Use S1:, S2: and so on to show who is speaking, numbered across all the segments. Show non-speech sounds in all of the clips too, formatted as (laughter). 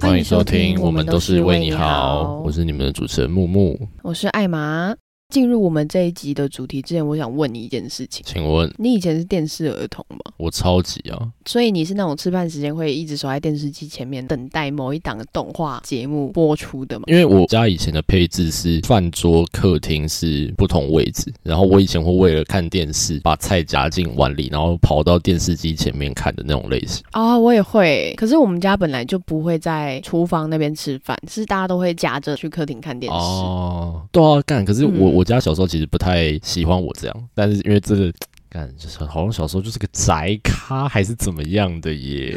S1: 欢迎收听，我们都是为你好，
S2: 我
S1: 我是你们的主持人木木。
S2: 我是艾玛。进入我们这一集的主题之前，我想问你一件事情：
S1: 请问，
S2: 你以前是电视儿童吗？
S1: 我超级啊，
S2: 所以你是那种吃饭时间会一直守在电视机前面等待某一档的动画节目播出的吗？
S1: 因为我家以前的配置是饭桌、客厅是不同位置，然后我以前会为了看电视，把菜夹进碗里，然后跑到电视机前面看的那种类型。
S2: 啊、我也会。可是我们家本来就不会在厨房那边吃饭，是大家都会夹着去客厅看电视。
S1: 哦，对啊，干。可是我、
S2: 嗯
S1: 我家小时候其实不太喜欢我这样，但是因为这个。干就是好像小时候就是个宅咖还是怎么样的 (laughs) 耶？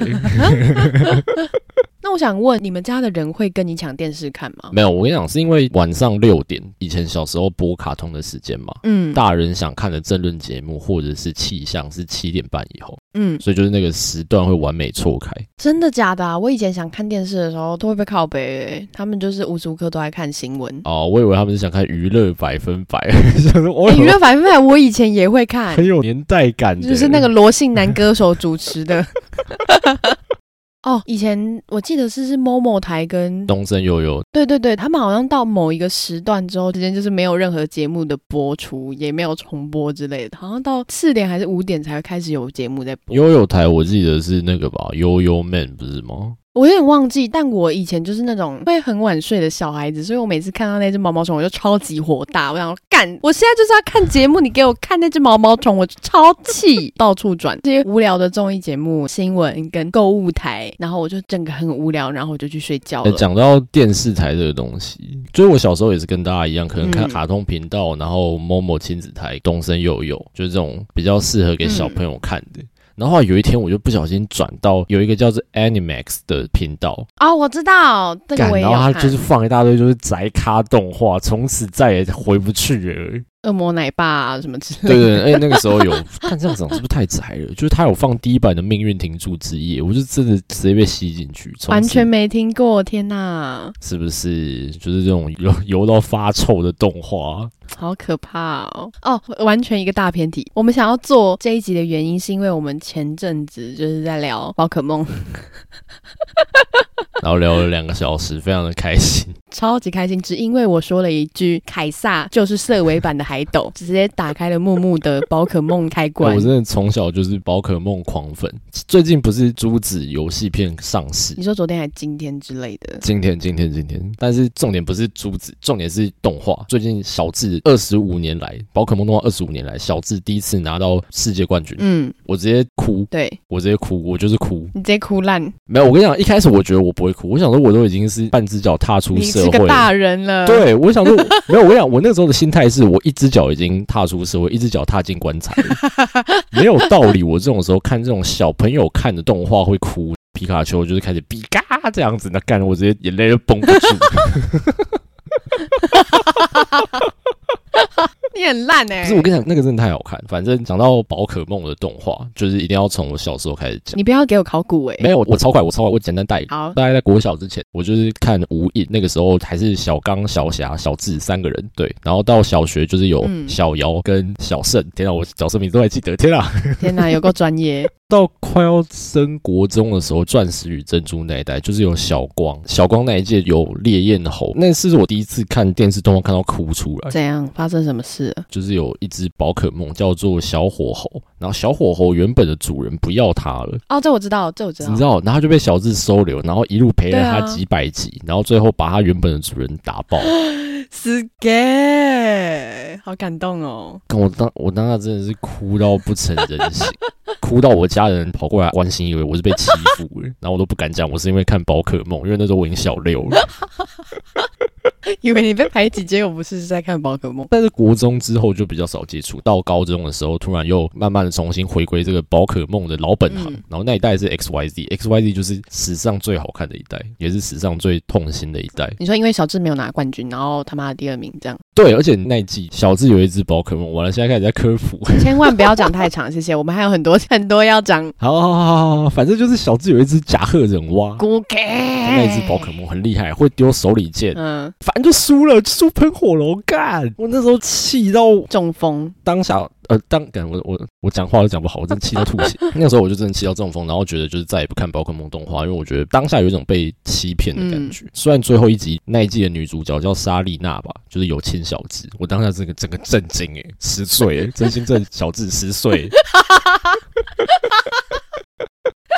S2: 那我想问，你们家的人会跟你抢电视看吗？
S1: 没有，我跟你讲，是因为晚上六点以前小时候播卡通的时间嘛，
S2: 嗯
S1: 大人想看的政论节目或者是气象是七点半以后，
S2: 嗯，
S1: 所以就是那个时段会完美错开。
S2: 真的假的、啊？我以前想看电视的时候都会被靠北、欸他们就是无时无刻都在看新闻。
S1: 哦，我以为他们是想看娱乐百分百， (laughs) 想说我
S2: 欸娱
S1: 有
S2: 乐百分百我以前也会看
S1: 很，有年代感的，
S2: 就是那个罗姓男歌手主持
S1: (laughs)
S2: 的。 (laughs) 哦，以前我记得是是某某台跟
S1: 东森悠悠，
S2: 对对对，他们好像到某一个时段之后，之间就是没有任何节目的播出，也没有重播之类的，好像到四点还是五点才会开始有节目在播。
S1: 悠悠台我记得是那个吧，悠悠 man 不是吗？
S2: 我有点忘记，但我以前就是那种会很晚睡的小孩子，所以我每次看到那只毛毛虫，我就超级火大，我想说干，我现在就是要看节目，你给我看那只毛毛虫，我就超气，到处转这些无聊的综艺节目、新闻跟购物台，然后我就整个很无聊，然后我就去睡觉
S1: 哎、
S2: 了。
S1: 讲到电视台这个东西，就是我小时候也是跟大家一样，可能看
S2: 嗯
S1: 卡通频道，然后某某亲子台、东森幼幼，就是这种比较适合给小朋友看
S2: 嗯
S1: 的。然后后来有一天，我就不小心转到有一个叫做 Animax 的频道，
S2: 哦，我知道，这个
S1: 干
S2: 我也
S1: 然
S2: 有
S1: 后
S2: 看。
S1: 他就是放一大堆就是宅咖动画，从此再也回不
S2: (laughs)
S1: 去了。
S2: 恶魔奶爸、啊、什么之类
S1: 对对，哎、那个时候有 (laughs) 看这样讲是不是太宅了？就是他有放第一版的《命运停驻之夜》，我就真的直接被吸进去，从
S2: 完
S1: 此
S2: 全没听过，天哪，
S1: 是不是就是这种油油到发臭的动画？
S2: 好可怕哦！哦，完全一个大偏题。我们想要做这一集的原因，是因为我们前阵子就是在聊宝可梦， (laughs)
S1: 然后聊了两个小时，非常的开心。
S2: (laughs)
S1: 哎
S2: 超级开心，只因为我说了一句“凯撒就是色违版的海斗”， (laughs) 直接打开了木木的宝可梦开关
S1: 哦我。真的从小就是宝可梦狂粉。最近不是珠子游戏片上市
S2: 你，说昨天还今天之类的，
S1: 今天今天今天，但是重点不是珠子，重点是动画。最近小智二十五年来，宝可梦动画二十五年来，小智第一次拿到世界冠军，
S2: 嗯，
S1: 我直接哭，
S2: 对
S1: 我直接哭，我就是哭。
S2: 你直接哭烂，
S1: 没有，我跟你讲，一开始我觉得我不会哭，我想说我都已经是半只脚踏出
S2: 你
S1: 社
S2: 是
S1: 会
S2: 个
S1: 了。
S2: 大人了。，
S1: 对，我想说，没有，我跟你讲，我那时候的心态是我一只脚已经踏出社会，一只脚踏进棺材了，没有道理。我这种时候看这种小朋友看的动画会哭，皮卡丘就是开始比嘎这样子，那干我直接眼泪就绷不住。
S2: (laughs) 你很烂哎、
S1: 不是，我跟你讲，那个真的太好看。反正讲到宝可梦的动画，就是一定要从我小时候开始讲。
S2: 你不要给我考古哎、
S1: 没有，我超快，我超快，我简单带一个。
S2: 好，
S1: 大概在国小之前，我就是看无印，那个时候还是小刚、小霞、小智三个人，对。然后到小学就是有
S2: 嗯
S1: 小姚跟小胜，天啊，我角色名字都还记得，天啊！
S2: 天哪，有够专业。
S1: (laughs) 到快要升国中的时候，钻石与珍珠那一代就是有小光，小光那一届有烈焰猴，那是我第一次看电视动画看到哭出来，
S2: 怎样？发生什么事了？
S1: 就是有一只宝可梦叫做小火猴，然后小火猴原本的主人不要它了。
S2: 哦，这我知道，这我知道
S1: 你知。道，然后就被小智收留，然后一路陪了他
S2: 对啊
S1: 几百集，然后最后把他原本的主人打爆。
S2: 是 gay，好感动哦！
S1: 跟我当我当时真的是哭到不成人
S2: (laughs)
S1: 形，哭到我家人跑过来关心，以为我是被欺负了，然后我都不敢讲，我是因为看宝可梦，因为那时候我已经小六了。
S2: 以为你被排挤，结果不是是在看宝可梦。
S1: 但是国中之后就比较少接触，到高中的时候突然又慢慢的重新回归这个宝可梦的老本行。
S2: 嗯
S1: 然后那一代是 X Y Z，X Y Z 就是史上最好看的一代，也是史上最痛心的一代。
S2: 你说因为小智没有拿冠军，然后他妈的第二名这
S1: (laughs)
S2: 样，
S1: 对，而且那一季小智有一只宝可梦，完了现在开始在科普。 (laughs)
S2: 千万不要讲太长，谢谢。我们还有很多很多要讲。
S1: 好好好好好，反正就是小智有一只甲贺忍蛙，
S2: g o o g
S1: 那一只宝可梦很厉害，会丢手里剑，
S2: 嗯，
S1: 反正就输了，输喷火龙干。我那时候气到
S2: 中风。
S1: 当下呃，当感我我我讲话都讲不好，我真的气到吐血。那时候我就真的气到中风，然后觉得就是再也不看宝可梦动画，因为我觉得当下有一种被欺骗的感觉。虽然最后一集那一季的女主角叫莎莉娜吧，就是有亲小智，我当下这个整个震惊诶、十岁、欸，真心正小智十岁、欸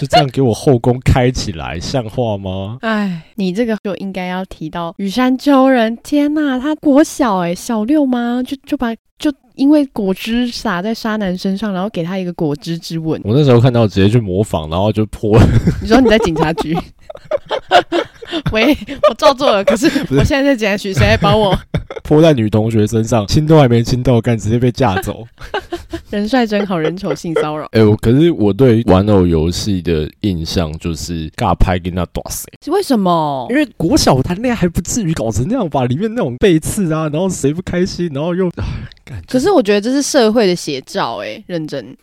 S1: 就这样给我后宫开起来，像话吗？
S2: 哎，你这个就应该要提到羽山秋人。天呐，他国小哎、小六吗？就就把就因为果汁洒在沙男身上，然后给他一个果汁之吻。
S1: 我那时候看到直接去模仿，然后就泼
S2: 你说你在警察局？ (laughs) 喂，我照做了，可是我现在在警察局，谁来帮我？
S1: 泼在女同学身上，亲都还没亲到，干直接被架走。
S2: 人帅真好，人丑性骚扰。
S1: 哎、我可是我对玩偶游戏的印象就是尬拍跟那打谁，
S2: 为什么
S1: 因？为国小谈恋爱还不至于搞成那样吧？里面那种背刺啊，然后谁不开心，然后又，感
S2: 可是我觉得这是社会的写照、哎，认真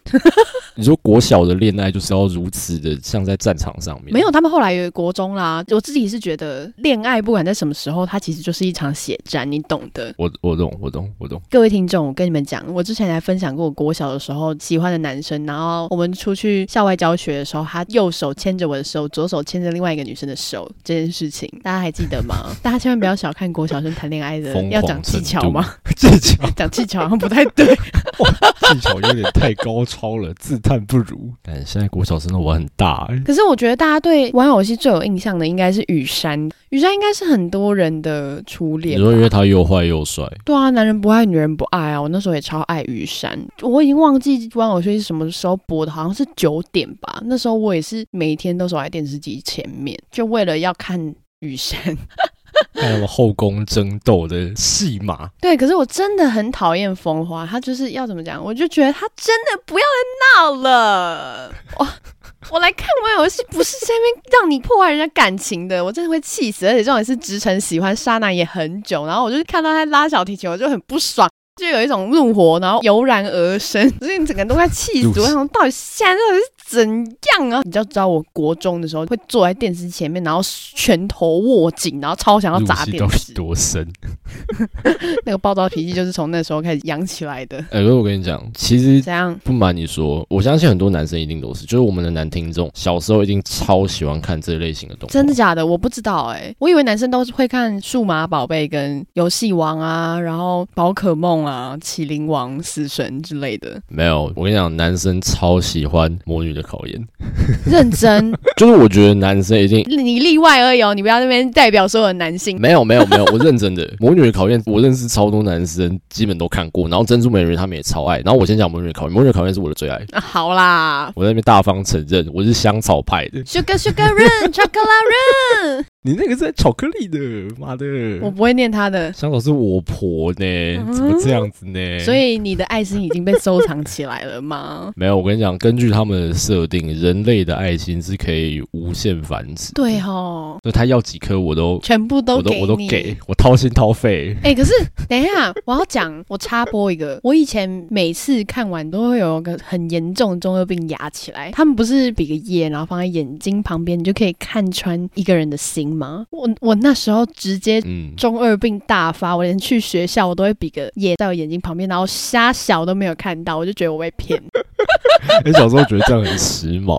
S1: 你说国小的恋爱就是要如此的像在战场上面，
S2: 没有。他们后来有国中啦，我自己是觉得恋爱不管在什么时候，它其实就是一场血战，你懂的。
S1: 我我懂我懂我懂，
S2: 各位听众，我跟你们讲，我之前还分享过我国小的时候喜欢的男生，然后我们出去校外教学的时候，他右手牵着我的手，左手牵着另外一个女生的手，这件事情大家还记得吗？大家千万不要小看国小生谈恋爱的
S1: 疯，狂
S2: 要讲技巧吗？
S1: (laughs) 技巧
S2: (laughs) 讲技巧好像不太对。
S1: 技巧有点太高超了，自叹不如。但哎现在国小生的我很大、欸，
S2: 可是我觉得大家对玩偶游戏最有印象的应该是雨山，雨山应该是很多人的初
S1: 你
S2: 恋吧。
S1: 说因为他又坏又帅，
S2: 对啊，男人不爱，女人不爱啊！我那时候也超爱雨山，我已经忘记玩偶游戏是什么时候播的，好像是九点吧。那时候我也是每天都守在电视机前面，就为了要看雨山。
S1: 看他们后宫争斗的戏码，
S2: 对，可是我真的很讨厌风花，他就是要怎么讲，我就觉得他真的不要再闹了。我 (laughs) 我来看玩偶游戏，不是在那边让你破坏人家感情的，我真的会气死。而且这种也是直诚喜欢莎娜也很久，然后我就看到他拉小提琴，我就很不爽。就有一种怒火，然后油然而生，就是你整个都快气死。我想说到底现在到底是怎样啊？你 (laughs) 知道，知道我国中的时候会坐在电视前面，然后拳头握紧，然后超想要
S1: 入
S2: 砸
S1: 戏
S2: 电
S1: 到
S2: 视
S1: 底。多深？
S2: 那个暴躁脾气就是从那时候开始养起来的。
S1: 哎、我跟你讲，其实
S2: 怎样？
S1: 不瞒你说，我相信很多男生一定都是，就是我们的男听众小时候一定超喜欢看这类型的动画，
S2: 真的假的？我不知道哎、我以为男生都是会看数码宝贝、跟游戏王啊，然后宝可梦啊、麒麟王、死神之类的。
S1: 没有。我跟你讲，男生超喜欢《魔女的考验》， (laughs)
S2: 认真， (laughs)
S1: 就是我觉得男生一定
S2: 你例外而已哦，你不要那边代表所有的男性。
S1: 没有没有没有，我认真的《魔女的考验》，我认识超多男生，基本都看过。然后《珍珠美人鱼》他们也超爱。然后我先讲《魔女的考验》，《魔女的考验》是我的最爱，
S2: 啊、好啦
S1: 我在那边大方承认我是香草派的。
S2: ，Sugar Sugar Run Chocolate
S1: 你那个是在巧克力的，妈的！
S2: Run，我不会念他的，
S1: 香草是我婆呢，怎么这样子呢？
S2: 所以你的爱心已经被收藏起来了吗？
S1: 没有，我跟你讲，根据他们的设定，人类的爱心是可以无限繁殖。
S2: 对哦，
S1: 就他要几颗我都，
S2: 全部都
S1: 我都
S2: 给
S1: 我都
S2: 你
S1: 给，我掏心掏肺。
S2: (laughs) 哎、可是等一下，我要讲，我插播一个，我以前每次看完都会有个很严重的中二病压起来。他们不是比个耶，然后放在眼睛旁边，你就可以看穿一个人的心吗？我我那时候直接。 (laughs)
S1: 嗯，
S2: 中二病大发，我连去学校我都会比个耶在我眼睛旁边，然后瞎小都没有看到，我就觉得我被骗。
S1: 你小时候觉得这样很时髦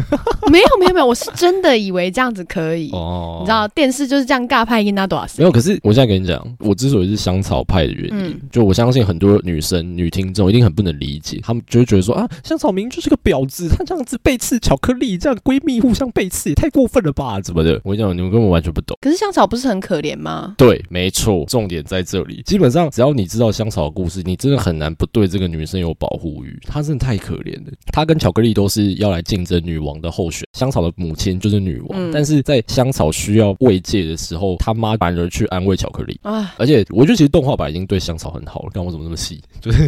S2: (laughs) 没有没有没有，我是真的以为这样子可以，
S1: 哦
S2: 你知道电视就是这样尬拍音那多少
S1: 没有，可是我现在跟你讲，我之所以是香草派的原因，
S2: 嗯
S1: 就我相信很多女生、女听众一定很不能理解，她们就会觉得说啊，香草明明就是个婊子，她这样子背刺巧克力，这样闺蜜互相背刺也太过分了吧？怎么的？我跟你讲，你们根本完全不懂。
S2: 可是香草不是很可怜吗？
S1: 对，没错，重点在这里。基本上，只要你知道香草的故事，你真的很难不对这个女生有保护欲。她真的太可怜了，她跟巧克力都是要来竞争女王的候选香草的母亲就是女王，
S2: 嗯
S1: 但是在香草需要慰藉的时候，他妈反而去安慰巧克力。
S2: 啊， (laughs)
S1: 而且我觉得其实动画版已经对香草很好了，看我怎么那么细， (laughs) 就是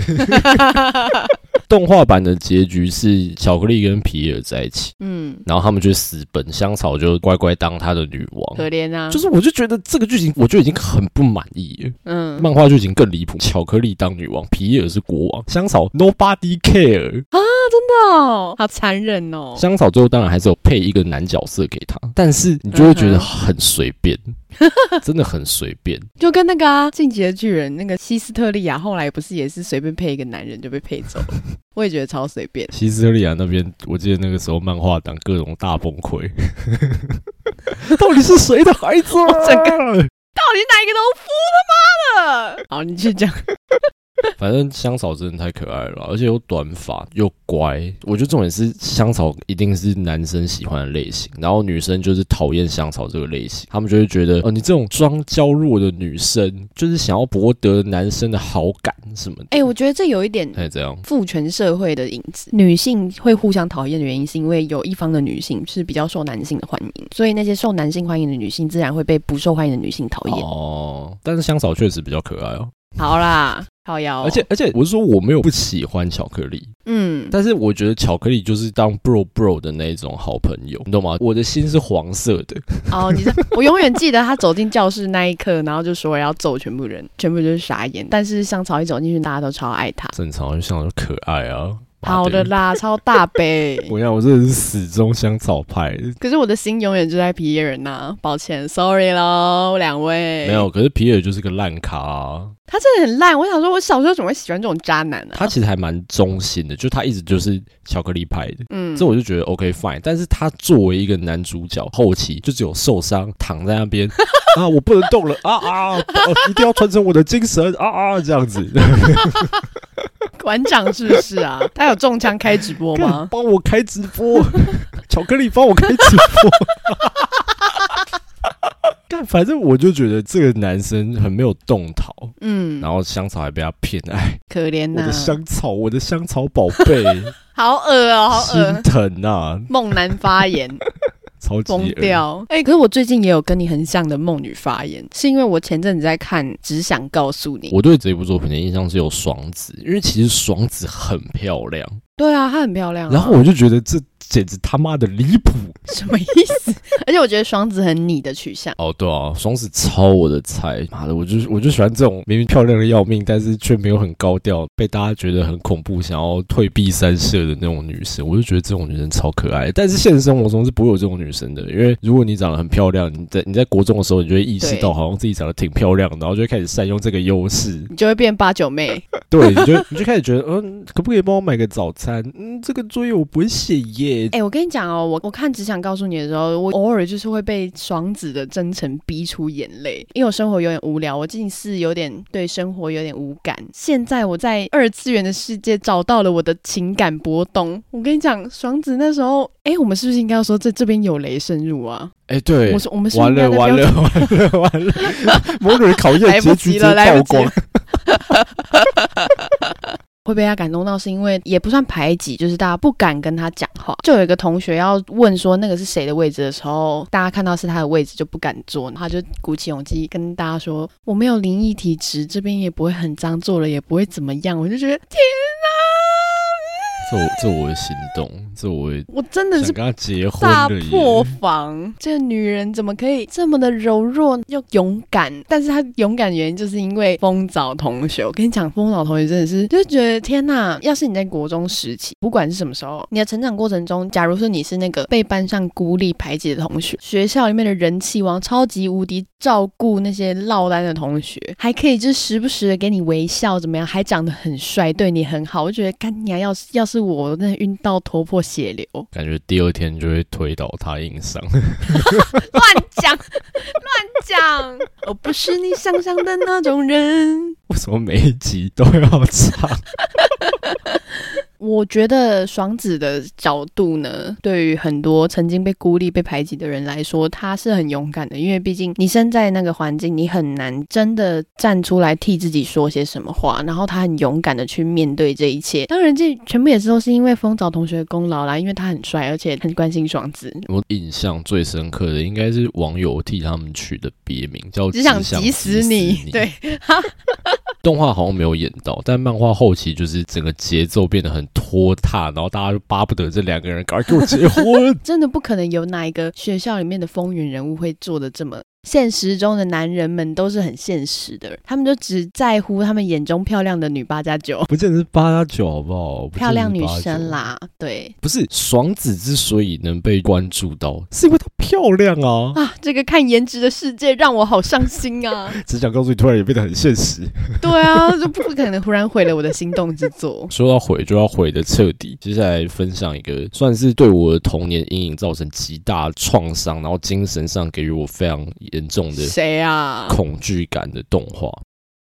S1: 动画版的结局是巧克力跟皮尔在一起，
S2: 嗯，
S1: 然后他们就私奔，香草就乖乖当他的女王。
S2: 可怜啊，
S1: 就是我就觉得这个剧情我就已经很不满意了，
S2: 嗯
S1: 漫画剧情更离谱，巧克力当女王，皮尔是国王，香草 nobody care。
S2: 哦，好残忍哦，
S1: 香草最后当然还是有配一个男角色给他，但是你就会觉得
S2: 嗯
S1: 很随
S2: (laughs)
S1: 便，真的很随便。
S2: 就跟那个啊《进击的巨人》那个希斯特利亚，后来不是也是随便配一个男人就被配 (laughs) 走了，我也觉得超随便。
S1: 西斯特利亚那边，我记得那个时候漫画党各种大崩溃， (laughs) 到底是谁的孩子、啊？
S2: 整到底哪一个农夫他妈的？好，你去讲。
S1: 反正香草真的太可爱了，而且有短发又乖。我觉得重点是香草一定是男生喜欢的类型，然后女生就是讨厌香草这个类型，他们就会觉得哦，你这种装娇弱的女生，就是想要博得男生的好感什么的。
S2: (laughs) 哎、我觉得这有一点
S1: 哎，这样
S2: 父权社会的影子，女性会互相讨厌的原因，是因为有一方的女性是比较受男性的欢迎，所以那些受男性欢迎的女性，自然会被不受欢迎的女性讨厌。
S1: 哦，但是香草确实比较可爱哦，
S2: 好啦，哦好呀、
S1: 而且而且我是说我没有不喜欢巧克力，
S2: 嗯，
S1: 但是我觉得巧克力就是当 bro bro 的那一种好朋友，你懂吗？我的心是黄色的，
S2: 哦，你知道，我永远记得他走进教室那一刻，然后就说要揍全部人，全部就是傻眼。但是香草一走进去，大家都超爱他。
S1: 正常就想说可爱啊。
S2: 好的
S1: 啦。
S2: 啦，超大
S1: (laughs)
S2: 杯。
S1: 我想，我真的是死忠香草派。
S2: 可是我的心永远就在皮耶人呐、抱歉，sorry 喽，两位。
S1: 没，有，可是皮尔就是个烂咖啊、
S2: 他真的很烂。我想说，我小时候怎么会喜欢这种渣男啊呢、
S1: 他其实还蛮忠心的，就他一直就是巧克力派的，
S2: 嗯，
S1: 这我就觉得 OK fine。但是他作为一个男主角，后期就只有受伤躺在
S2: (laughs)
S1: 那边啊，我不能动了啊啊、呃一定要传承我的精神啊啊，这样子，
S2: 馆长是不是
S1: (laughs)
S2: 啊？他有中枪开直播
S1: 干
S2: 吗？
S1: 帮我开直播， (laughs) 巧克力帮我开直播。 (laughs) 但反正我就觉得这个男生很没有动脑，
S2: 嗯，
S1: 然后香草还被他骗，哎，
S2: 可怜
S1: 我
S2: 呐、
S1: 的香草，我的香草宝贝，
S2: 好恶 (laughs) 哦、好
S1: 心
S2: 恶。
S1: 疼啊，
S2: 梦男发言
S1: 超级恶
S2: 疯。掉，哎、可是我最近也有跟你很像的梦女发言，是因为我前阵子在看《只想告诉你》，
S1: 我对这部作品的印象是有爽子，因为其实爽子很漂亮，
S2: 对啊，她很漂亮啊、
S1: 然后我就觉得这简直他妈的离谱。
S2: 什么意思？ (laughs) 而且我觉得双子很你的取向，
S1: 哦，对啊，爽子超我的菜，妈的，我就我就喜欢这种明明漂亮的要命，但是却没有很高调，被大家觉得很恐怖，想要退避三舍的那种女生。我就觉得这种女生超可爱，但是现实生活中是不会有这种女生的，因为如果你长得很漂亮，你在你在国中的时候，你就会意识到
S2: 对
S1: 好像自己长得挺漂亮的，然后就会开始善用这个优势，
S2: 你就会变八九妹。
S1: 对，你就你就开始觉得，嗯，可不可以帮我买个早餐？嗯，这个作业我不会写耶。
S2: 哎、我跟你讲哦，我我看《只想告诉你》的时候，我偶尔就是会被爽子的真诚逼出眼泪，因为我生活有点无聊，我近似有点对生活有点无感。现在我在二次元的世界找到了我的情感波动。我跟你讲，爽子那时候，哎、我们是不是应该要说这这边有雷深入啊？
S1: 哎、对
S2: 我，说我们是不是
S1: 完
S2: 应该在
S1: 了完了完了
S2: (laughs)
S1: 完了，魔女的考 (laughs) 验
S2: 来
S1: 结
S2: 不
S1: 局
S2: 及
S1: 直
S2: 了，
S1: 接
S2: 来不
S1: 曝
S2: 及
S1: 光
S2: 了。。 (laughs) 会被他感动到，是因为也不算排挤，就是大家不敢跟他讲话。就有一个同学要问说那个是谁的位置的时候，大家看到是他的位置就不敢坐，他就鼓起勇气跟大家说：“我没有灵异体质，这边也不会很脏，坐了也不会怎么样。”我就觉得天
S1: 这我这我会心动，这我会
S2: 哪，我真的
S1: 想
S2: 是
S1: 跟他结婚
S2: 大
S1: 了耶。
S2: 破防！这个女人怎么可以这么的柔弱又勇敢？但是她勇敢的原因就是因为风早同学。我跟你讲，风早同学真的是，就是觉得天呐！要是你在国中时期，不管是什么时候，你的成长过程中，假如说你是那个被班上孤立排挤的同学，学校里面的人气王，超级无敌照顾那些落单的同学，还可以就是时不时的给你微笑，怎么样？还长得很帅，对你很好，我就觉得干你啊！要是要是我，那晕到头破血流。
S1: 感觉第二天就会推倒他硬 (laughs) 伤。
S2: 乱讲， (laughs) 乱讲，我不是你想象的那种人。
S1: 为什么每一集都要唱？
S2: 我觉得爽子的角度呢，对于很多曾经被孤立、被排挤的人来说，他是很勇敢的，因为毕竟你身在那个环境，你很难真的站出来替自己说些什么话。然后他很勇敢的去面对这一切。当然，这全部也是都是因为风早同学的功劳啦，因为他很帅，而且很关心爽子。
S1: (laughs) 我印象最深刻的应该是网友替他们取的别名叫“
S2: 只想
S1: 急
S2: 急死你，对，。
S1: 动画好像没有演到，但漫画后期就是整个节奏变得很拖沓，然后大家就巴不得这两个人赶快给我结婚 (laughs)
S2: 真的不可能有哪一个学校里面的风云人物会做的这么。现实中的男人们都是很现实的人，他们就只在乎他们眼中漂亮的女八加九，
S1: 不见得是八加九好不好？不见得是
S2: 漂亮女
S1: 八加九
S2: 生。啦。对
S1: 不是爽子之所以能被关注到，是因为她漂亮啊！
S2: 啊，这个看颜值的世界让我好伤心
S1: (laughs)
S2: 啊！
S1: 只想告诉你，突然也变得很现实。
S2: 对啊，就不可能忽然毁了我的心动之作。
S1: 说到毁，就要毁的彻底。接下来分享一个算是对我的童年阴影造成极大创伤，然后精神上给予我非常严重的
S2: 谁啊？
S1: 恐惧感的动画《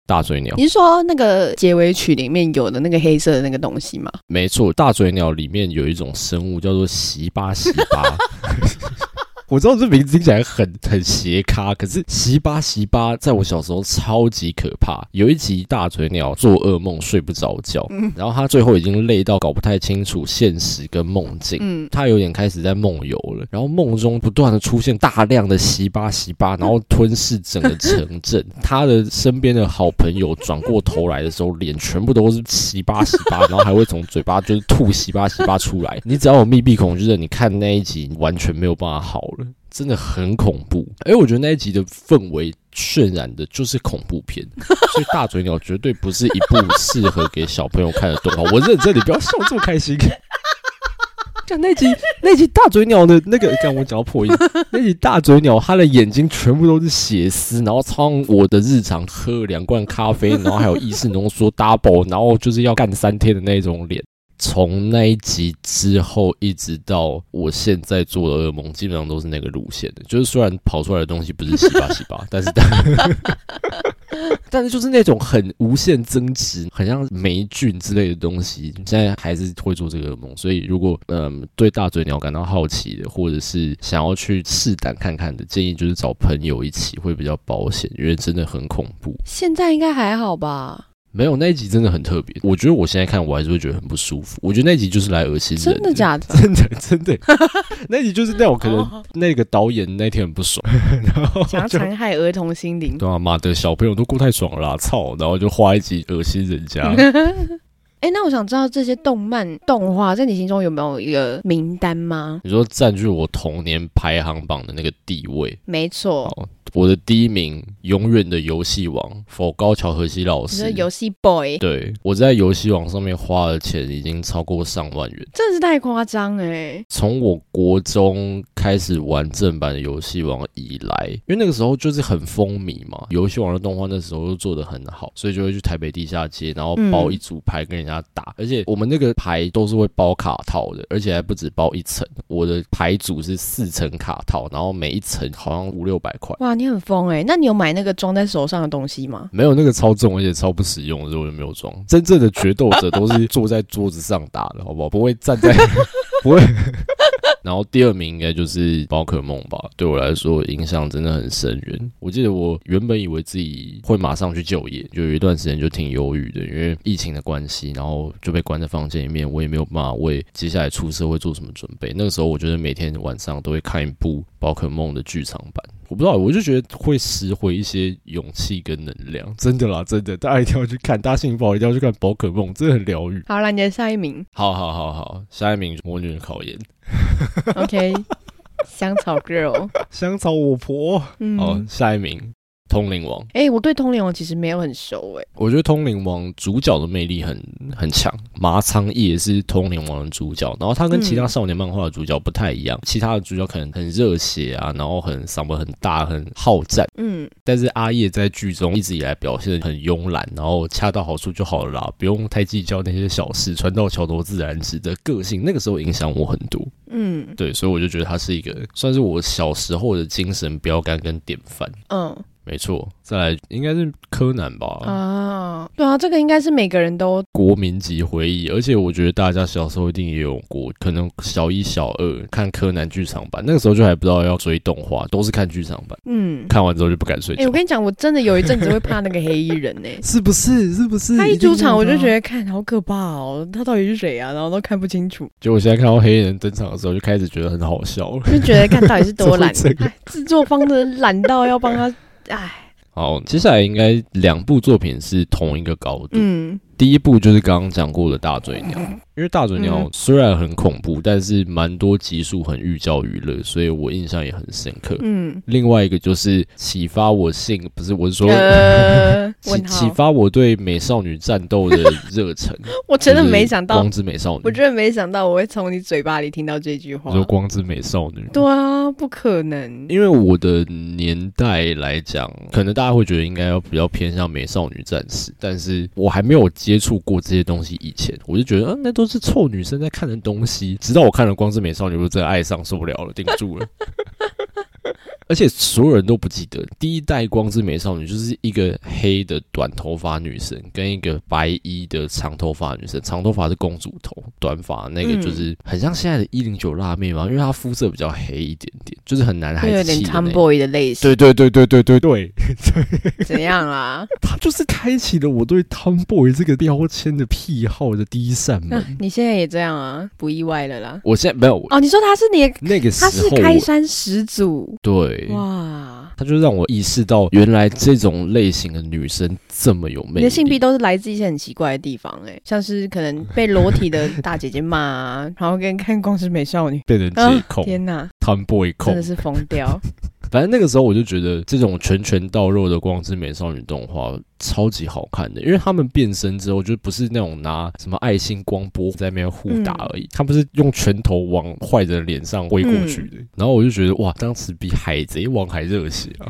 S1: 大嘴鸟》。
S2: 你是说那个结尾曲里面有的那个黑色的那个东西吗？
S1: 没错，大嘴鸟里面有一种生物叫做席巴席巴。 (laughs) 我知道这名字听起来很很斜咖，可是席巴席巴在我小时候超级可怕。有一集大嘴鸟做噩梦睡不着觉，
S2: 嗯
S1: 然后他最后已经累到搞不太清楚现实跟梦境。
S2: 嗯，
S1: 他有点开始在梦游了，然后梦中不断的出现大量的西巴西巴，然后吞噬整个城镇。他的身边的好朋友转过头来的时候，脸全部都是西巴西巴， (laughs) 然后还会从嘴巴就是吐西巴西巴出来。你只要有密闭恐惧症，你看那一集你完全没有办法好了，真的很恐怖。哎，我觉得那一集的氛围。渲染的就是恐怖片，所以大嘴鸟绝对不是一部适合给小朋友看的动画。我认真，你不要笑这么开心。像那集那集大嘴鸟的那个，让我讲到破音。那集大嘴鸟，它的眼睛全部都是血丝，然后超像我的日常喝两罐咖啡，然后还有意式浓缩 double，然后就是要干三天的那种脸。从那一集之后，一直到我现在做的噩梦，基本上都是那个路线的。就是虽然跑出来的东西不是洗吧洗吧， (laughs) 但是但是就是那种很无限增值，很像霉菌之类的东西，现在还是会做这个噩梦。所以如果嗯对大嘴鸟感到好奇的，或者是想要去试胆看看的，建议就是找朋友一起会比较保险，因为真的很恐怖。
S2: 现在应该还好吧？
S1: 没有那一集真的很特别，我觉得我现在看我还是会觉得很不舒服。我觉得那一集就是来恶心人
S2: 真的假的？
S1: 真的真
S2: (laughs)
S1: 的，那一集就是那种可能
S2: 哦
S1: 那个导演那天很
S2: (laughs)
S1: 不爽，然后
S2: 想要
S1: 就
S2: 残害儿童心灵。
S1: 对啊妈的小朋友都过太爽了啦，操！然后就画一集恶心人家。
S2: (laughs) 哎、那我想知道这些动漫动画在你心中有没有一个名单吗？
S1: 你说占据我童年排行榜的那个地位，
S2: 没错，
S1: 好，我的第一名永远的游戏王，否高桥和希老
S2: 你说
S1: 师。
S2: 游戏 boy，
S1: 对，我在游戏王上面花的钱已经超过上万元。
S2: 真的是太夸张哎！
S1: 从我国中开始玩正版的游戏王以来，因为那个时候就是很风靡嘛，游戏王的动画那时候又做得很好，所以就会去台北地下街，然后包
S2: 嗯
S1: 一组牌跟人家打，而且我们那个牌都是会包卡套的，而且还不止包一层，我的牌组是四层卡套，然后每一层好像五六百块。
S2: 哇，你很疯哎！那你有买那个装在手上的东西吗？
S1: 没有那个超重，而且超不实用的，所以我就没有装。真正的决斗者都是坐在桌子上打的，好不好？不会站在，不会。 (laughs) 然后第二名应该就是宝可梦吧，对我来说影响真的很深远。我记得我原本以为自己会马上去就业，就有一段时间就挺忧郁的，因为疫情的关系，然后就被关在房间里面，我也没有办法为接下来出社会做什么准备。那个时候，我觉得每天晚上都会看一部宝可梦的剧场版。我不知道，我就觉得会拾回一些勇气跟能量，真的啦，真的，大家一定要去看，大家心情不好一定要去看宝可梦，真的很疗愈。
S2: 好啦，你的下一
S1: (laughs)
S2: 名
S1: 好好好好，下一名魔女的考验，
S2: ，OK，香草 girl，
S1: 香草我婆。
S2: 嗯，
S1: 好，哦下一名通灵王，
S2: 哎、我对通灵王其实没有很熟哎，
S1: 我觉得通灵王主角的魅力很很强，麻仓叶是通灵王的主角，然后他跟其他
S2: 嗯
S1: 少年漫画的主角不太一样，其他的主角可能很热血啊，然后很嗓门很大，很好战。
S2: 嗯，
S1: 但是阿叶在剧中一直以来表现得很慵懒，然后恰到好处就好了啦，不用太计较那些小事，船到桥头自然直的个性，那个时候影响我很多。
S2: 嗯
S1: 对，所以我就觉得他是一个算是我小时候的精神标杆跟典范。
S2: 嗯，
S1: 没错，再来应该是柯南吧，
S2: 啊，对啊，这个应该是每个人都
S1: 国民级回忆。而且我觉得大家小时候一定也有过，可能小一、小二看柯南剧场版，那个时候就还不知道要追动画，都是看剧场版，
S2: 嗯。
S1: 看完之后就不敢睡
S2: 哎、
S1: 觉
S2: 我，跟你讲，我真的有一阵子会怕那个黑衣人呢、
S1: 是不是？是不是
S2: 他嗯一出场我就觉
S1: 得，
S2: 得看好可怕哦，他到底是谁啊？然后都看不清楚，
S1: 就我现在看到黑衣人登场的时候，就开始觉得很好笑了。
S2: (laughs) 就觉得看
S1: (laughs)
S2: 到底是多懒
S1: 怎么会这。样
S2: 哎制作方真的懒到要帮他， (laughs) 哎，
S1: 好，接下来应该两部作品是同一个高度。
S2: 嗯
S1: 第一部就是刚刚讲过的大嘴鸟，因为大嘴鸟
S2: 嗯
S1: 虽然很恐怖，但是蛮多集数很寓教于乐，所以我印象也很深刻。
S2: 嗯，
S1: 另外一个就是启发我性，不是我是说。 (laughs)
S2: 呃，
S1: 启
S2: 问
S1: 启
S2: 号，
S1: 发我对美少女战斗的热忱，
S2: 我 (laughs) 真的没想
S1: 就是
S2: 到
S1: 光之美少女，
S2: 我真的没想到我会从你嘴巴里听到这句话
S1: 你。说光之美少女，
S2: 对啊，不可能。
S1: 因为我的年代来讲，可能大家会觉得应该要比较偏向美少女战士，但是我还没有接触过这些东西以前，我就觉得，嗯、那都是臭女生在看的东西。直到我看了《光之美少女》，我就真的爱上，受不了了，顶住了。而且所有人都不记得第一代光之美少女就是一个黑的短头发女生跟一个白衣的长头发女生，长头发是公主头，短发那个
S2: 嗯
S1: 就是很像现在的一零九辣妹嘛，因为她肤色比较黑一点点，就是很男孩
S2: 会有
S1: 子
S2: 点
S1: 气的那一种
S2: tomboy 的类型，
S1: 对对对对对对对，
S2: 怎样啊啦？
S1: (laughs) 他就是开启了我对 Tomboy 这个标签的癖好的第一扇
S2: 那
S1: 门。
S2: 你现在也这样啊，不意外了啦。
S1: 我现在没有，
S2: 嗯哦，你说他是你的，
S1: 那个时
S2: 他是
S1: 候
S2: 开
S1: 我
S2: 山始祖，
S1: 对，
S2: 哇！
S1: 他就让我意识到原来这种类型的女生这么有魅
S2: 你
S1: 力。
S2: 的性癖都是来自一些很奇怪的地方、哎，像是可能被裸体的大姐姐骂、啊，然后跟看《光之美少女
S1: 变成》
S2: 啊
S1: 解，控、
S2: 天哪，
S1: Tomboy
S2: 真的
S1: 控，
S2: 是疯
S1: (laughs)
S2: 掉！
S1: 反正那个时候我就觉得这种拳拳到肉的《光之美少女》动画超级好看的，因为他们变身之后就不是那种拿什么爱心光波在那边互打
S2: 嗯
S1: 而已，他们是用拳头往坏人脸上挥过去
S2: 嗯
S1: 的。然后我就觉得哇，当时比海贼王还热血啊！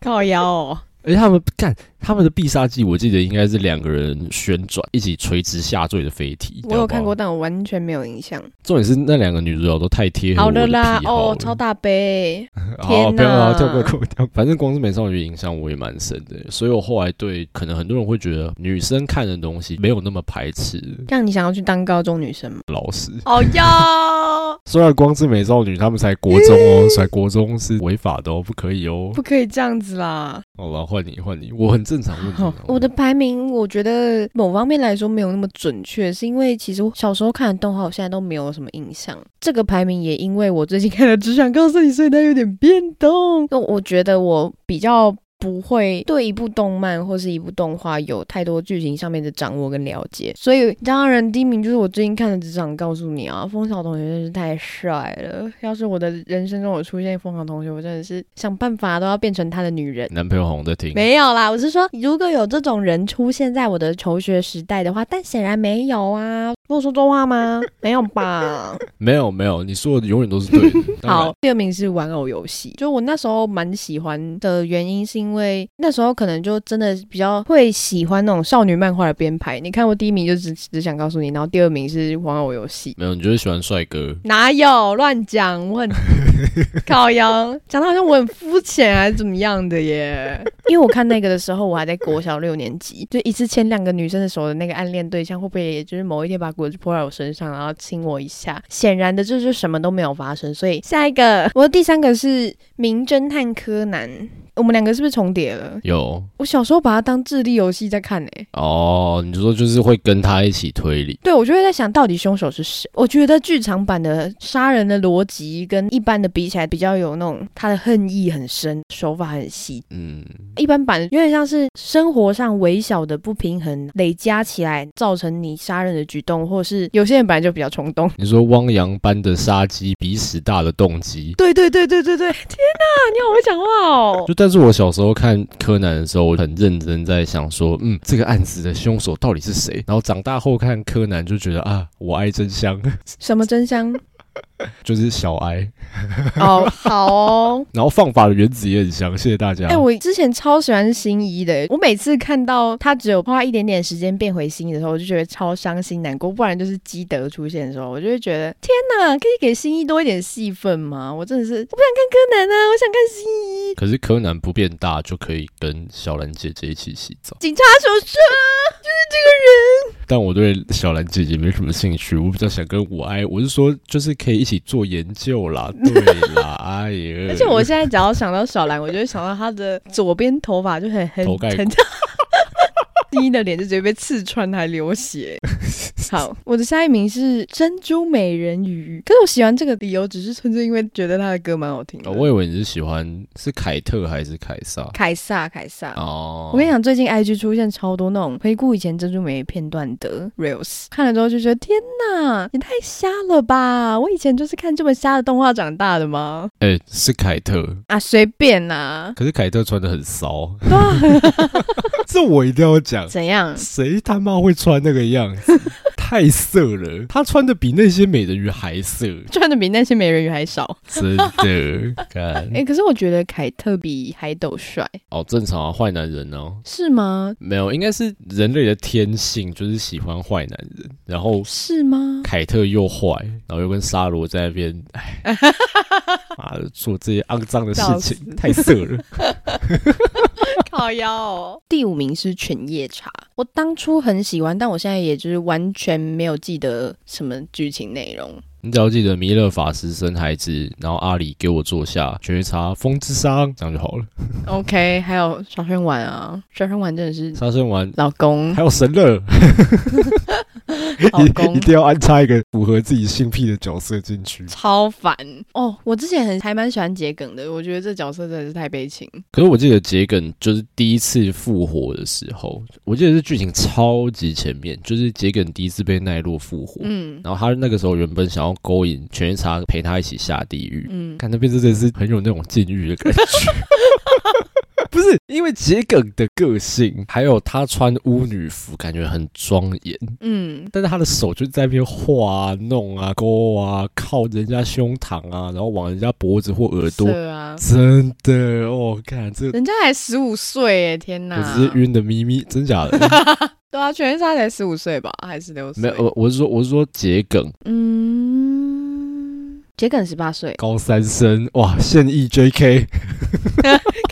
S2: 靠腰哦，
S1: 而且他们干他们的必杀技，我记得应该是两个人旋转一起垂直下坠的飞踢。
S2: 我有看过，
S1: 你知道吗，
S2: 但我完全没有印象。
S1: 重点是那两个女主角都太贴合
S2: 好
S1: 我的
S2: 的
S1: 癖
S2: 啦，
S1: 好
S2: 哦
S1: 了，
S2: 超大杯，
S1: 好，
S2: 天
S1: 不要
S2: 哪
S1: 啊跳过，跳过，跳过。反正《光之美少女》影响我也蛮深的，所以我后来对可能很多人会觉得女生看的东西没有那么排斥。
S2: 让你想要去当高中女
S1: (laughs)
S2: 生吗？
S1: 老实，
S2: 哦哟，
S1: 虽然《光之美少女》他们才国中
S2: (laughs)
S1: 哦，才国中是违法的哦，不可以哦。
S2: 不可以这样子啦！
S1: 好了，换你，换你，我很正常，问啊
S2: 哦
S1: 你。
S2: (laughs) 我的排名，我觉得某方面来说没有那么准确，是因为其实我小时候看的动画，我现在都没有什么印象。这个排名也因为我最近看了《只想告诉你》，所以它有点变动。那我觉得我比较。不会对一部动漫或是一部动画有太多剧情上面的掌握跟了解，所以当然第一名就是我最近看的《只想告诉你》啊，风小同学真是太帅了。要是我的人生中有出现风小同学，我真的是想办法都要变成他的女人。
S1: 男朋友好像在听，
S2: 没有啦，我是说，如果有这种人出现在我的求学时代的话，但显然没有啊。跟我说错话吗？没有吧。
S1: 没有，没有，你说的永远都是
S2: (laughs)
S1: 对的。当然
S2: 好，，第二名是玩偶游戏，就我那时候蛮喜欢的原因，是因为那时候可能就真的比较会喜欢那种少女漫画的编排。你看我第一名就只只想告诉你，然后第二名是玩偶游戏。
S1: 没有，你就是喜欢帅哥。
S2: 哪有乱讲？ (laughs) 我很靠腰，讲的好像我很肤浅还是怎么样的耶？因为我看那个的时候，我还在国小六年级，就一次牵两个女生的手的那个暗恋对象，会不会也就是某一天把果子泼在我身上，然后亲我一下？显然的，这就什么都没有发生。所以下一个，我的第三个是《名侦探柯南》，我们两个是不是重叠了？
S1: 有
S2: 我小时候把它当智力游戏在看诶、欸
S1: 哦，你说就是会跟他一起推理，
S2: 对，我就会在想到底凶手是谁。我觉得剧场版的杀人的逻辑跟一般的比起来，比较有那种他的恨意很深，手法很细。
S1: 嗯，
S2: 一般版有点像是生活上微小的不平衡累加起来，造成你杀人的举动，或是有些人本来就比较冲动。 (laughs)
S1: 你说汪洋般的杀机，鼻屎大的动机，
S2: 对对对对对对，天哪，你好会讲话哦！
S1: 就但是我小时候看柯南的时候，我很认真在想说，嗯，这个案子的凶手到底是谁？然后长大后看柯南就觉得啊，我爱真香， (laughs)
S2: 什么真香？
S1: 就是小哀。
S2: 哦，好哦。
S1: 然后放法的原子也很像，谢谢大家。
S2: 哎、我之前超喜欢新一的，我每次看到他只有花一点点时间变回新一的时候，我就觉得超伤心难过。不然就是基德出现的时候，我就会觉得天哪，可以给新一多一点戏份吗？我真的是我不想看柯南啊，我想看新一
S1: 可是柯南不变大就可以跟小兰姐姐一起洗澡，
S2: 警察叔叔，就是这个人。
S1: 但我对小兰姐姐没什么兴趣，我比较想跟我哀，我是说就是可以一起做研究
S2: (laughs)
S1: 啦，对啦，哎呀，
S2: 而且我现在只要想到小兰，我就会想到她的左边头发就很很
S1: 头盖骨
S2: 很。 (laughs) 新一的脸就直接被刺穿，还流血。好， (laughs) 我的下一名是珍珠美人鱼。可是我喜欢这个理由，只是纯粹因为觉得他的歌蛮好听的。
S1: (laughs) 哦我以为你是喜欢是凯特还是凯撒
S2: 凯撒，凯撒。
S1: 哦，
S2: 我跟你讲，最近 IG 出现超多那种回顾以前珍珠美人片段的 reels，看了之后就觉得天哪，也太瞎了吧！我以前就是看这么瞎的动画长大的吗？
S1: 哎、是凯特，
S2: 啊，随便
S1: (laughs)
S2: 啊啦、
S1: 可是凯特穿的很骚，
S2: 对啊，
S1: (laughs) 这我一定要讲，
S2: 怎样？
S1: 谁他妈会穿那个样 (laughs) 子？太色了，她穿的比那些美人鱼还色，
S2: 穿的比那些美人鱼还少。
S1: 真的。看
S2: 哎、可是我觉得凯特比海斗帅，
S1: 哦，正常啊，坏男人哦，
S2: 是吗？
S1: 没有，应该是人类的天性，就是喜欢坏男人。然 (laughs) 后
S2: 是吗？
S1: 凯特又坏，然后又跟沙罗在那边，哎， (laughs) 妈的，做这些肮脏的事
S2: 笑死
S1: 情，太色了。
S2: 靠腰哦。第五名是犬夜叉，我当初很喜欢，但我现在也就是完全没有记得什么剧情内容。
S1: 你只要记得弥勒法师生孩子，然后阿里给我坐下，觉察风之伤，这样就好了。
S2: OK，还有小生丸啊，小生丸真的是
S1: 杀生丸
S2: 老 (laughs) 公，
S1: 还有神乐，
S2: 老
S1: 一
S2: 公
S1: 一定要安插一个符合自己性癖的角色进去。
S2: 超烦哦！我之前很还蛮喜欢桔梗的，我觉得这角色真的是太悲情。
S1: 可是我记得桔梗就是第一次复活的时候，我记得是剧情超级前面，就是桔梗第一次被奈落复活，
S2: 嗯
S1: 然后他那个时候原本想要勾引犬夜叉陪他一起下地狱，
S2: 嗯，
S1: 看那边真的是很有那种禁欲的感觉。 (laughs) 不是因为桔梗的个性，还有他穿巫女服，感觉很庄严，
S2: 嗯，
S1: 但是他的手就在那边画啊、弄啊、勾啊，靠人家胸膛啊，然后往人家脖子或耳朵，
S2: 是啊，
S1: 真的哦，看这
S2: 人家才十五岁哎，天哪！
S1: 我直接晕的咪咪，真假的？
S2: (laughs) 对啊，犬夜叉才十五岁吧，还是六岁？
S1: 没有，我我是说我是说桔梗，
S2: 嗯，桔梗十八岁
S1: 高三生哇，现役 J.K.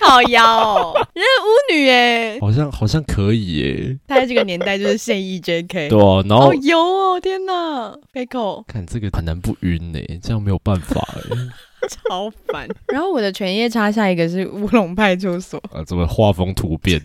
S2: 靠腰，哦人家巫女哎，
S1: 好像好像可以耶，
S2: 她在这个年代就是现役 JK，
S1: 对啊，然后
S2: 好油哎哦，天哪，被扣。
S1: 看这个很难不晕呢，这样没有办法哎，
S2: 超烦。 (laughs) 然后我的犬夜叉下一个是乌龙派出所，
S1: 啊，怎么画风突变？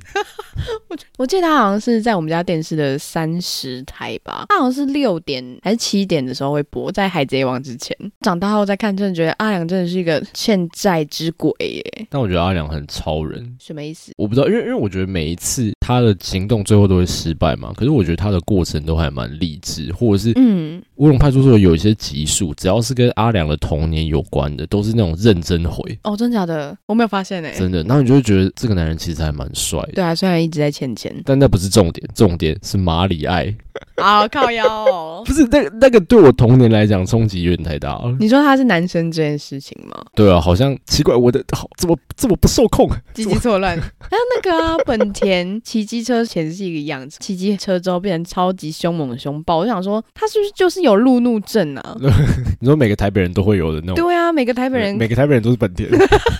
S2: 我记得他好像是在我们家电视的三十台吧，他好像是六点还是七点的时候会播，在海贼王之前。长大后再看，真的觉得阿良真的是一个欠债之鬼耶，
S1: 但我觉得阿良很超人，
S2: 什么意思？
S1: 我不知道，因为因为我觉得每一次他的行动最后都会失败嘛，可是我觉得他的过程都还蛮励志，或者是
S2: 嗯，
S1: 乌龙派出所有一些集数，只要是跟阿良的童年有关的，都是那种认真回，
S2: 哦，真假的，我没有发现哎。
S1: 真的，然后你就会觉得这个男人其实还蛮帅的。
S2: 对啊，虽然一直在欠钱
S1: 但那不是重点，重点是马里爱，
S2: 啊，靠腰哦。
S1: 不是那那个对我童年来讲冲击有点太大了。
S2: 你说他是男生这件事情 (laughs) 吗？
S1: 对啊，好像奇怪，我的好怎么这么不受控？ (laughs)
S2: 鸡鸡错乱， (laughs) 还有那个啊，本田骑机车前是一个样子，骑机车之后变成超级凶猛凶暴。我想说，他是不是就是有路怒症啊？
S1: 你说每个台北人都会有的那种，
S2: 对啊，每个台北人
S1: 每个台北人都是本田，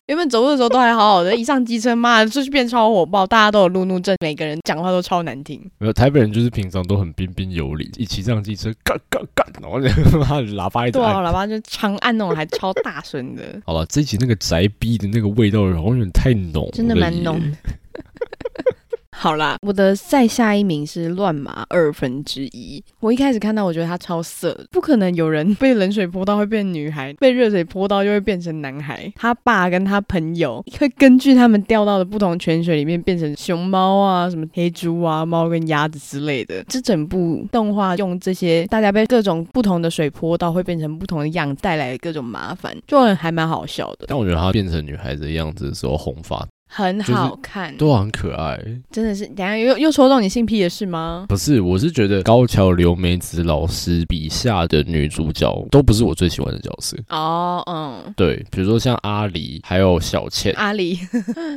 S2: 原本走路的时候都还好好的，一上机车，妈的，出去变超火爆，大家都有路怒症，每个人讲话都超难听。
S1: 没有台北人就是平常都很彬彬有礼，一骑上机车，干干干，然后就 (laughs) 妈的喇叭一直
S2: 对啊，
S1: 按。，
S2: 喇叭就长按那种，还超大声的
S1: 好了，这一集那个宅逼的那个味道好像有点太浓，
S2: 真的蛮浓。的。 (laughs) 好啦，我的再下一名是乱麻二分之一。我一开始看到，我觉得他超色的，不可能有人被冷水泼到会变女孩，被热水泼到就会变成男孩。他爸跟他朋友会根据他们钓到的不同泉水里面变成熊猫啊、什么黑猪啊、猫跟鸭子之类的。这整部动画用这些大家被各种不同的水泼到会变成不同的样子，带来各种麻烦，就还蛮好笑的。
S1: 但我觉得她变成女孩子的样子的时候，红发
S2: 很
S1: 就是
S2: 好看，
S1: 都很可爱。
S2: 真的是。等一下又又说到你性癖的事吗？
S1: 不是，我是觉得高桥留美子老师笔下的女主角都不是我最喜欢的角色。
S2: 哦，嗯，
S1: 对，比如说像阿离，还有小倩，
S2: 阿 (laughs) 里，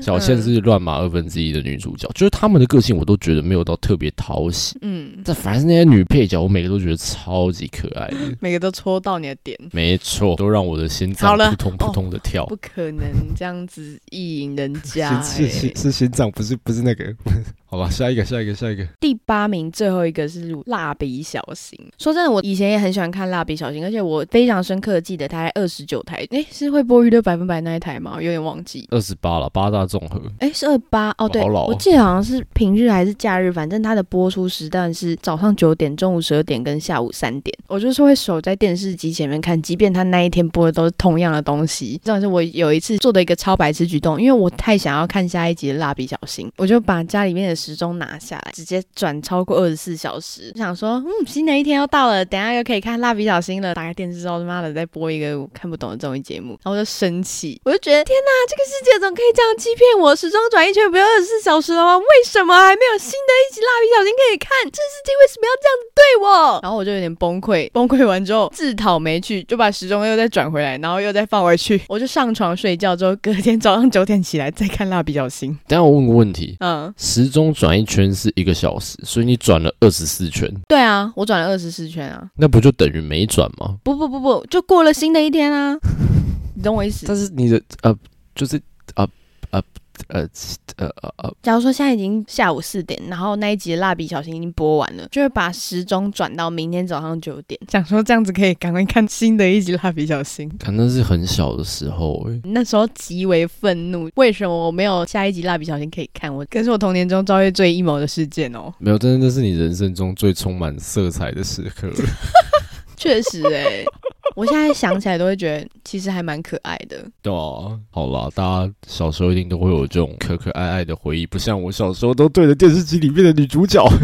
S1: 小
S2: 嗯
S1: 倩是乱码二分之一的女主角，就是她们的个性我都觉得没有到特别讨喜。
S2: 嗯，
S1: 但反而是那些女配角，我每个都觉得超级可爱的，
S2: 每个都戳到你的点，
S1: 没错，都让我的心脏
S2: 好了哦
S1: 扑通扑通的跳。
S2: 不可能这样子意淫人 (laughs) 家、
S1: 是
S2: 欸
S1: 是是心脏，不是不是那个。 (laughs) 好吧，下一个，下一个，下一个。
S2: 第八名最后一个是《蜡笔小新》。说真的，我以前也很喜欢看《蜡笔小新》，而且我非常深刻的记得它在二十九台，诶，是会播娱乐百分百那一台吗？我有点忘记。
S1: 二十八了，八大综合。
S2: 诶，是二八哦，对，
S1: 好老哦
S2: 我记得好像是平日还是假日，反正它的播出时段是早上九点、中午十二点跟下午三点。我就是会守在电视机前面看，即便它那一天播的都是同样的东西。这样是我有一次做的一个超白痴举动，因为我太想要看下一集的《蜡笔小新》，我就把家里面的时钟拿下来，直接转超过二十四小时，想说，嗯，新的一天要到了，等一下又可以看《蜡笔小新》了。打开电视之后，他妈的再播一个我看不懂的综艺节目，然后我就生气，我就觉得天哪，这个世界怎么可以这样欺骗我？时钟转一圈不要二十四小时了吗？为什么还没有新的一集《蜡笔小新》可以看？这世界为什么要这样子对我？然后我就有点崩溃，崩溃完之后自讨没趣，就把时钟又再转回来，然后又再放回去， (laughs) 我就上床睡觉，之后隔天早上九点起来再看《蜡笔小新》。
S1: 等一下我问个问题，
S2: 嗯，
S1: 时钟转一圈是一个小时，所以你转了二十四圈，
S2: 对啊，我转了二十四圈啊。
S1: 那不就等于没转吗？
S2: 不不不不，就过了新的一天啊！你懂我意思
S1: 但？是你的呃，就是呃呃呃呃呃呃，
S2: 假如说现在已经下午四点，然后那一集的蜡笔小新已经播完了，就会把时钟转到明天早上九点，想说这样子可以赶快看新的一集蜡笔小新。
S1: 可能是很小的时候、欸，
S2: 那时候极为愤怒，为什么我没有下一集蜡笔小新可以看？我可是我童年中遭遇最 emo 的事件哦，
S1: 没有，真的那是你人生中最充满色彩的时刻。
S2: 确实哎、我现在想起来都会觉得其实还蛮可爱的。
S1: 对啊，好啦，大家小时候一定都会有这种可可爱爱的回忆，不像我小时候都对着电视机里面的女主角。
S2: (laughs)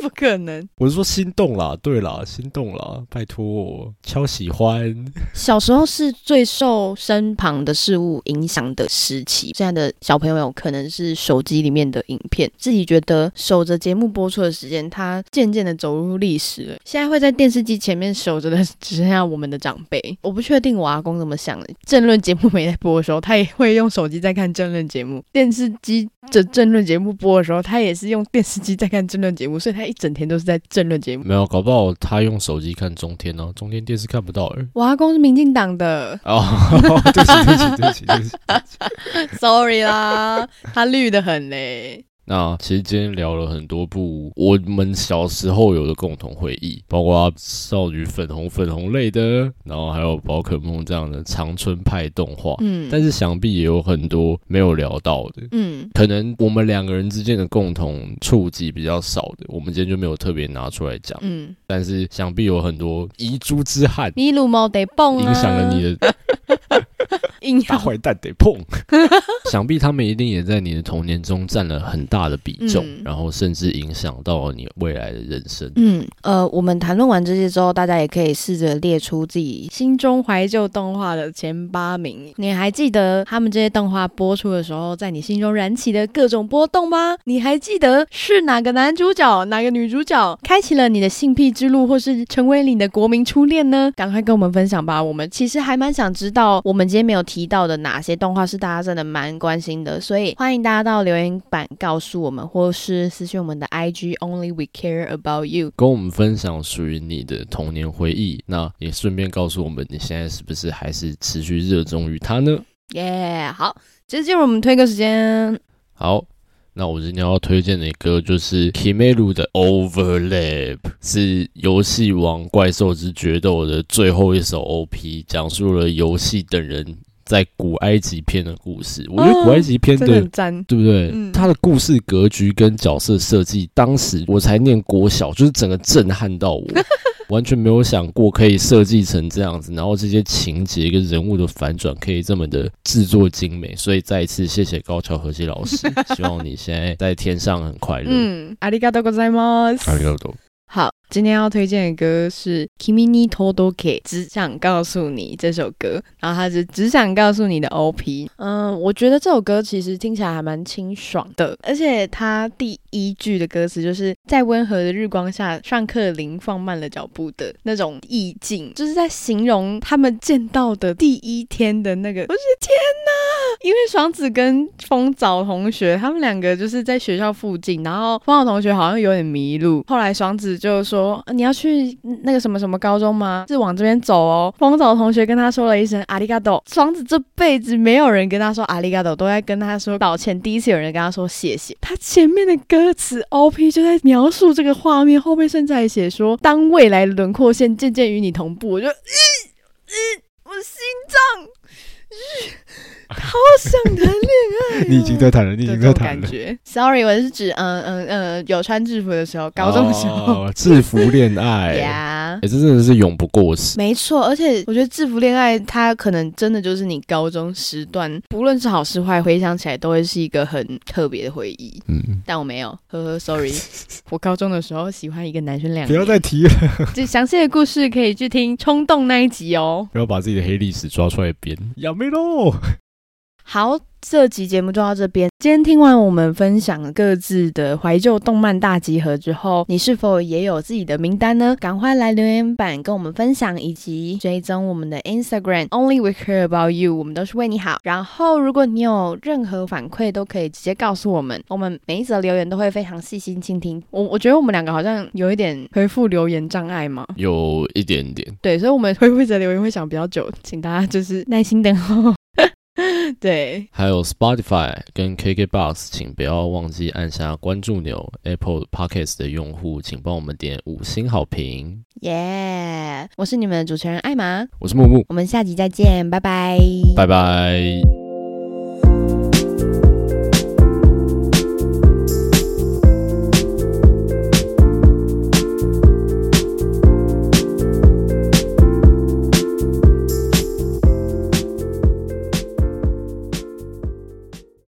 S2: 不可能，
S1: (laughs) 我是说心动啦，对啦，心动啦，拜托，超喜欢。
S2: 小时候是最受身旁的事物影响的时期，现在的小朋友可能是手机里面的影片，自己觉得守着节目播出的时间，它渐渐的走入历史了。现在会在电视机前面守着的只剩下我们的长辈。我不确定我阿公怎么想的，政论节目没在播的时候，他也会用手机在看政论节目； (laughs) 电视机的政论节目播的时候，他也是用电视机在看政论节目，所以他一整天都是在政论节目。
S1: 没有，搞不好他用手机看中天哦、中天电视看不到哎、
S2: 我阿公是民进党的，
S1: (laughs) 哦，对不起，对不起，对不起，对不起。
S2: Sorry 啦，他绿的很嘞。
S1: (laughs) 那其实今天聊了很多部我们小时候有的共同回忆，包括少女粉红、粉红类的，然后还有宝可梦这样的长春派动画。
S2: 嗯
S1: 但是想必也有很多没有聊到的，
S2: 嗯，
S1: 可能我们两个人之间的共同触及比较少的，我们今天就没有特别拿出来讲。
S2: 嗯，
S1: 但是想必有很多遗珠之憾，
S2: 米鲁猫得蹦啊，
S1: 影响了你
S2: (laughs)
S1: 的
S2: 硬
S1: 大
S2: 要
S1: 坏蛋得
S2: (laughs)
S1: 碰。想必他们一定也在你的童年中占了很大的比重，
S2: 嗯
S1: 然后甚至影响到你未来的人生。
S2: 嗯，呃，我们谈论完这些之后，大家也可以试着列出自己心中怀旧动画的前八名。你还记得他们这些动画播出的时候，在你心中燃起的各种波动吗？你还记得是哪个男主角、哪个女主角开启了你的性癖之路，或是成为你的国民初恋呢？赶快跟我们分享吧！我们其实还蛮想知道，我们今天没有提到的哪些动画是大家真的蛮关心的，所以欢迎大家到留言板告诉我们，或是私信我们的 IG Only We Care About You。
S1: 跟我们分享属于你的童年回忆，那也顺便告诉我们你现在是不是还是持续热衷于它呢？
S2: 耶好，直接进入我们推歌时间。
S1: 好，那我今天要推荐的歌就是 Kimeru 的 Overlap，是游戏王怪兽之决斗的最后一首 OP，讲述了游戏等人在古埃及篇的故事。我觉得古埃及篇
S2: 哦真
S1: 的
S2: 的很赞。
S1: 对不对？
S2: 嗯
S1: 他的故事格局跟角色设计，当时我才念国小，就是整个震撼到
S2: (laughs)
S1: 我，完全没有想过可以设计成这样子，然后这些情节跟人物的反转可以这么的制作精美，所以再一次谢谢高桥和
S2: (laughs)
S1: 希老师，希望你现在在天上很快乐。
S2: 嗯嗯，ありがとうございます。
S1: 啊ありがとう。
S2: 好，今天要推荐的歌是《Kimi ni Todoke》，只想告诉你这首歌，然后它是只想告诉你的 OP。嗯，我觉得这首歌其实听起来还蛮清爽的，而且它第一句的歌词就是在温和的日光下，上课铃放慢了脚步的那种意境，就是在形容他们见到的第一天的那个，我就觉得天哪！ (laughs) 因为爽子跟风早同学他们两个就是在学校附近，然后风早同学好像有点迷路，后来爽子就说、呃你要去那个什么什么高中吗？是往这边走哦。风早同学跟他说了一声阿里嘎多，爽子这辈子没有人跟他说阿里嘎多，都在跟他说道歉。第一次有人跟他说谢谢，他前面的歌词 OP 就在描述这个画面，后面甚至还写说当未来的轮廓线渐渐与你同步，我就，嗯嗯，我心脏， (laughs) 嗯好想谈恋爱、哦
S1: 谈了，你
S2: 的这种感。觉，sorry，我是指嗯嗯嗯，有穿制服的时候，高中的时候，
S1: 哦、制服恋爱，哎、
S2: 呀、
S1: 这真的是永不过时。
S2: 没错，而且我觉得制服恋爱，它可能真的就是你高中时段，不论是好是坏，回想起来都会是一个很特别的回忆。
S1: 嗯，
S2: 但我没有，呵呵，sorry，我
S1: (laughs)
S2: 高中的时候喜欢一个男生两
S1: 不要
S2: 年。
S1: 再提了，
S2: 这详细的故事可以去听《冲动》那一集哦。
S1: 不要把自己的黑历史抓出来编。亚妹喽，
S2: 好，这集节目就到这边。今天听完我们分享各自的怀旧动漫大集合之后，你是否也有自己的名单呢？赶快来留言板跟我们分享，以及追踪我们的 Instagram Only We Care About You，我们都是为你好。然后，如果你有任何反馈，都可以直接告诉我们，我们每一则留言都会非常细心倾听。我我觉得我们两个好像有一点回复留言障碍嘛，
S1: 有一点点，
S2: 对，所以我们回复者留言会想比较久，请大家就是 (laughs) 耐心等候。对。
S1: 还有 Spotify 跟 KKBox，请不要忘记按下关注钮。Apple Podcast 的用户，请帮我们点五星好评。
S2: 耶我是你们的主持人艾玛，
S1: 我是木木，
S2: 我们下集再见，拜拜，
S1: 拜拜。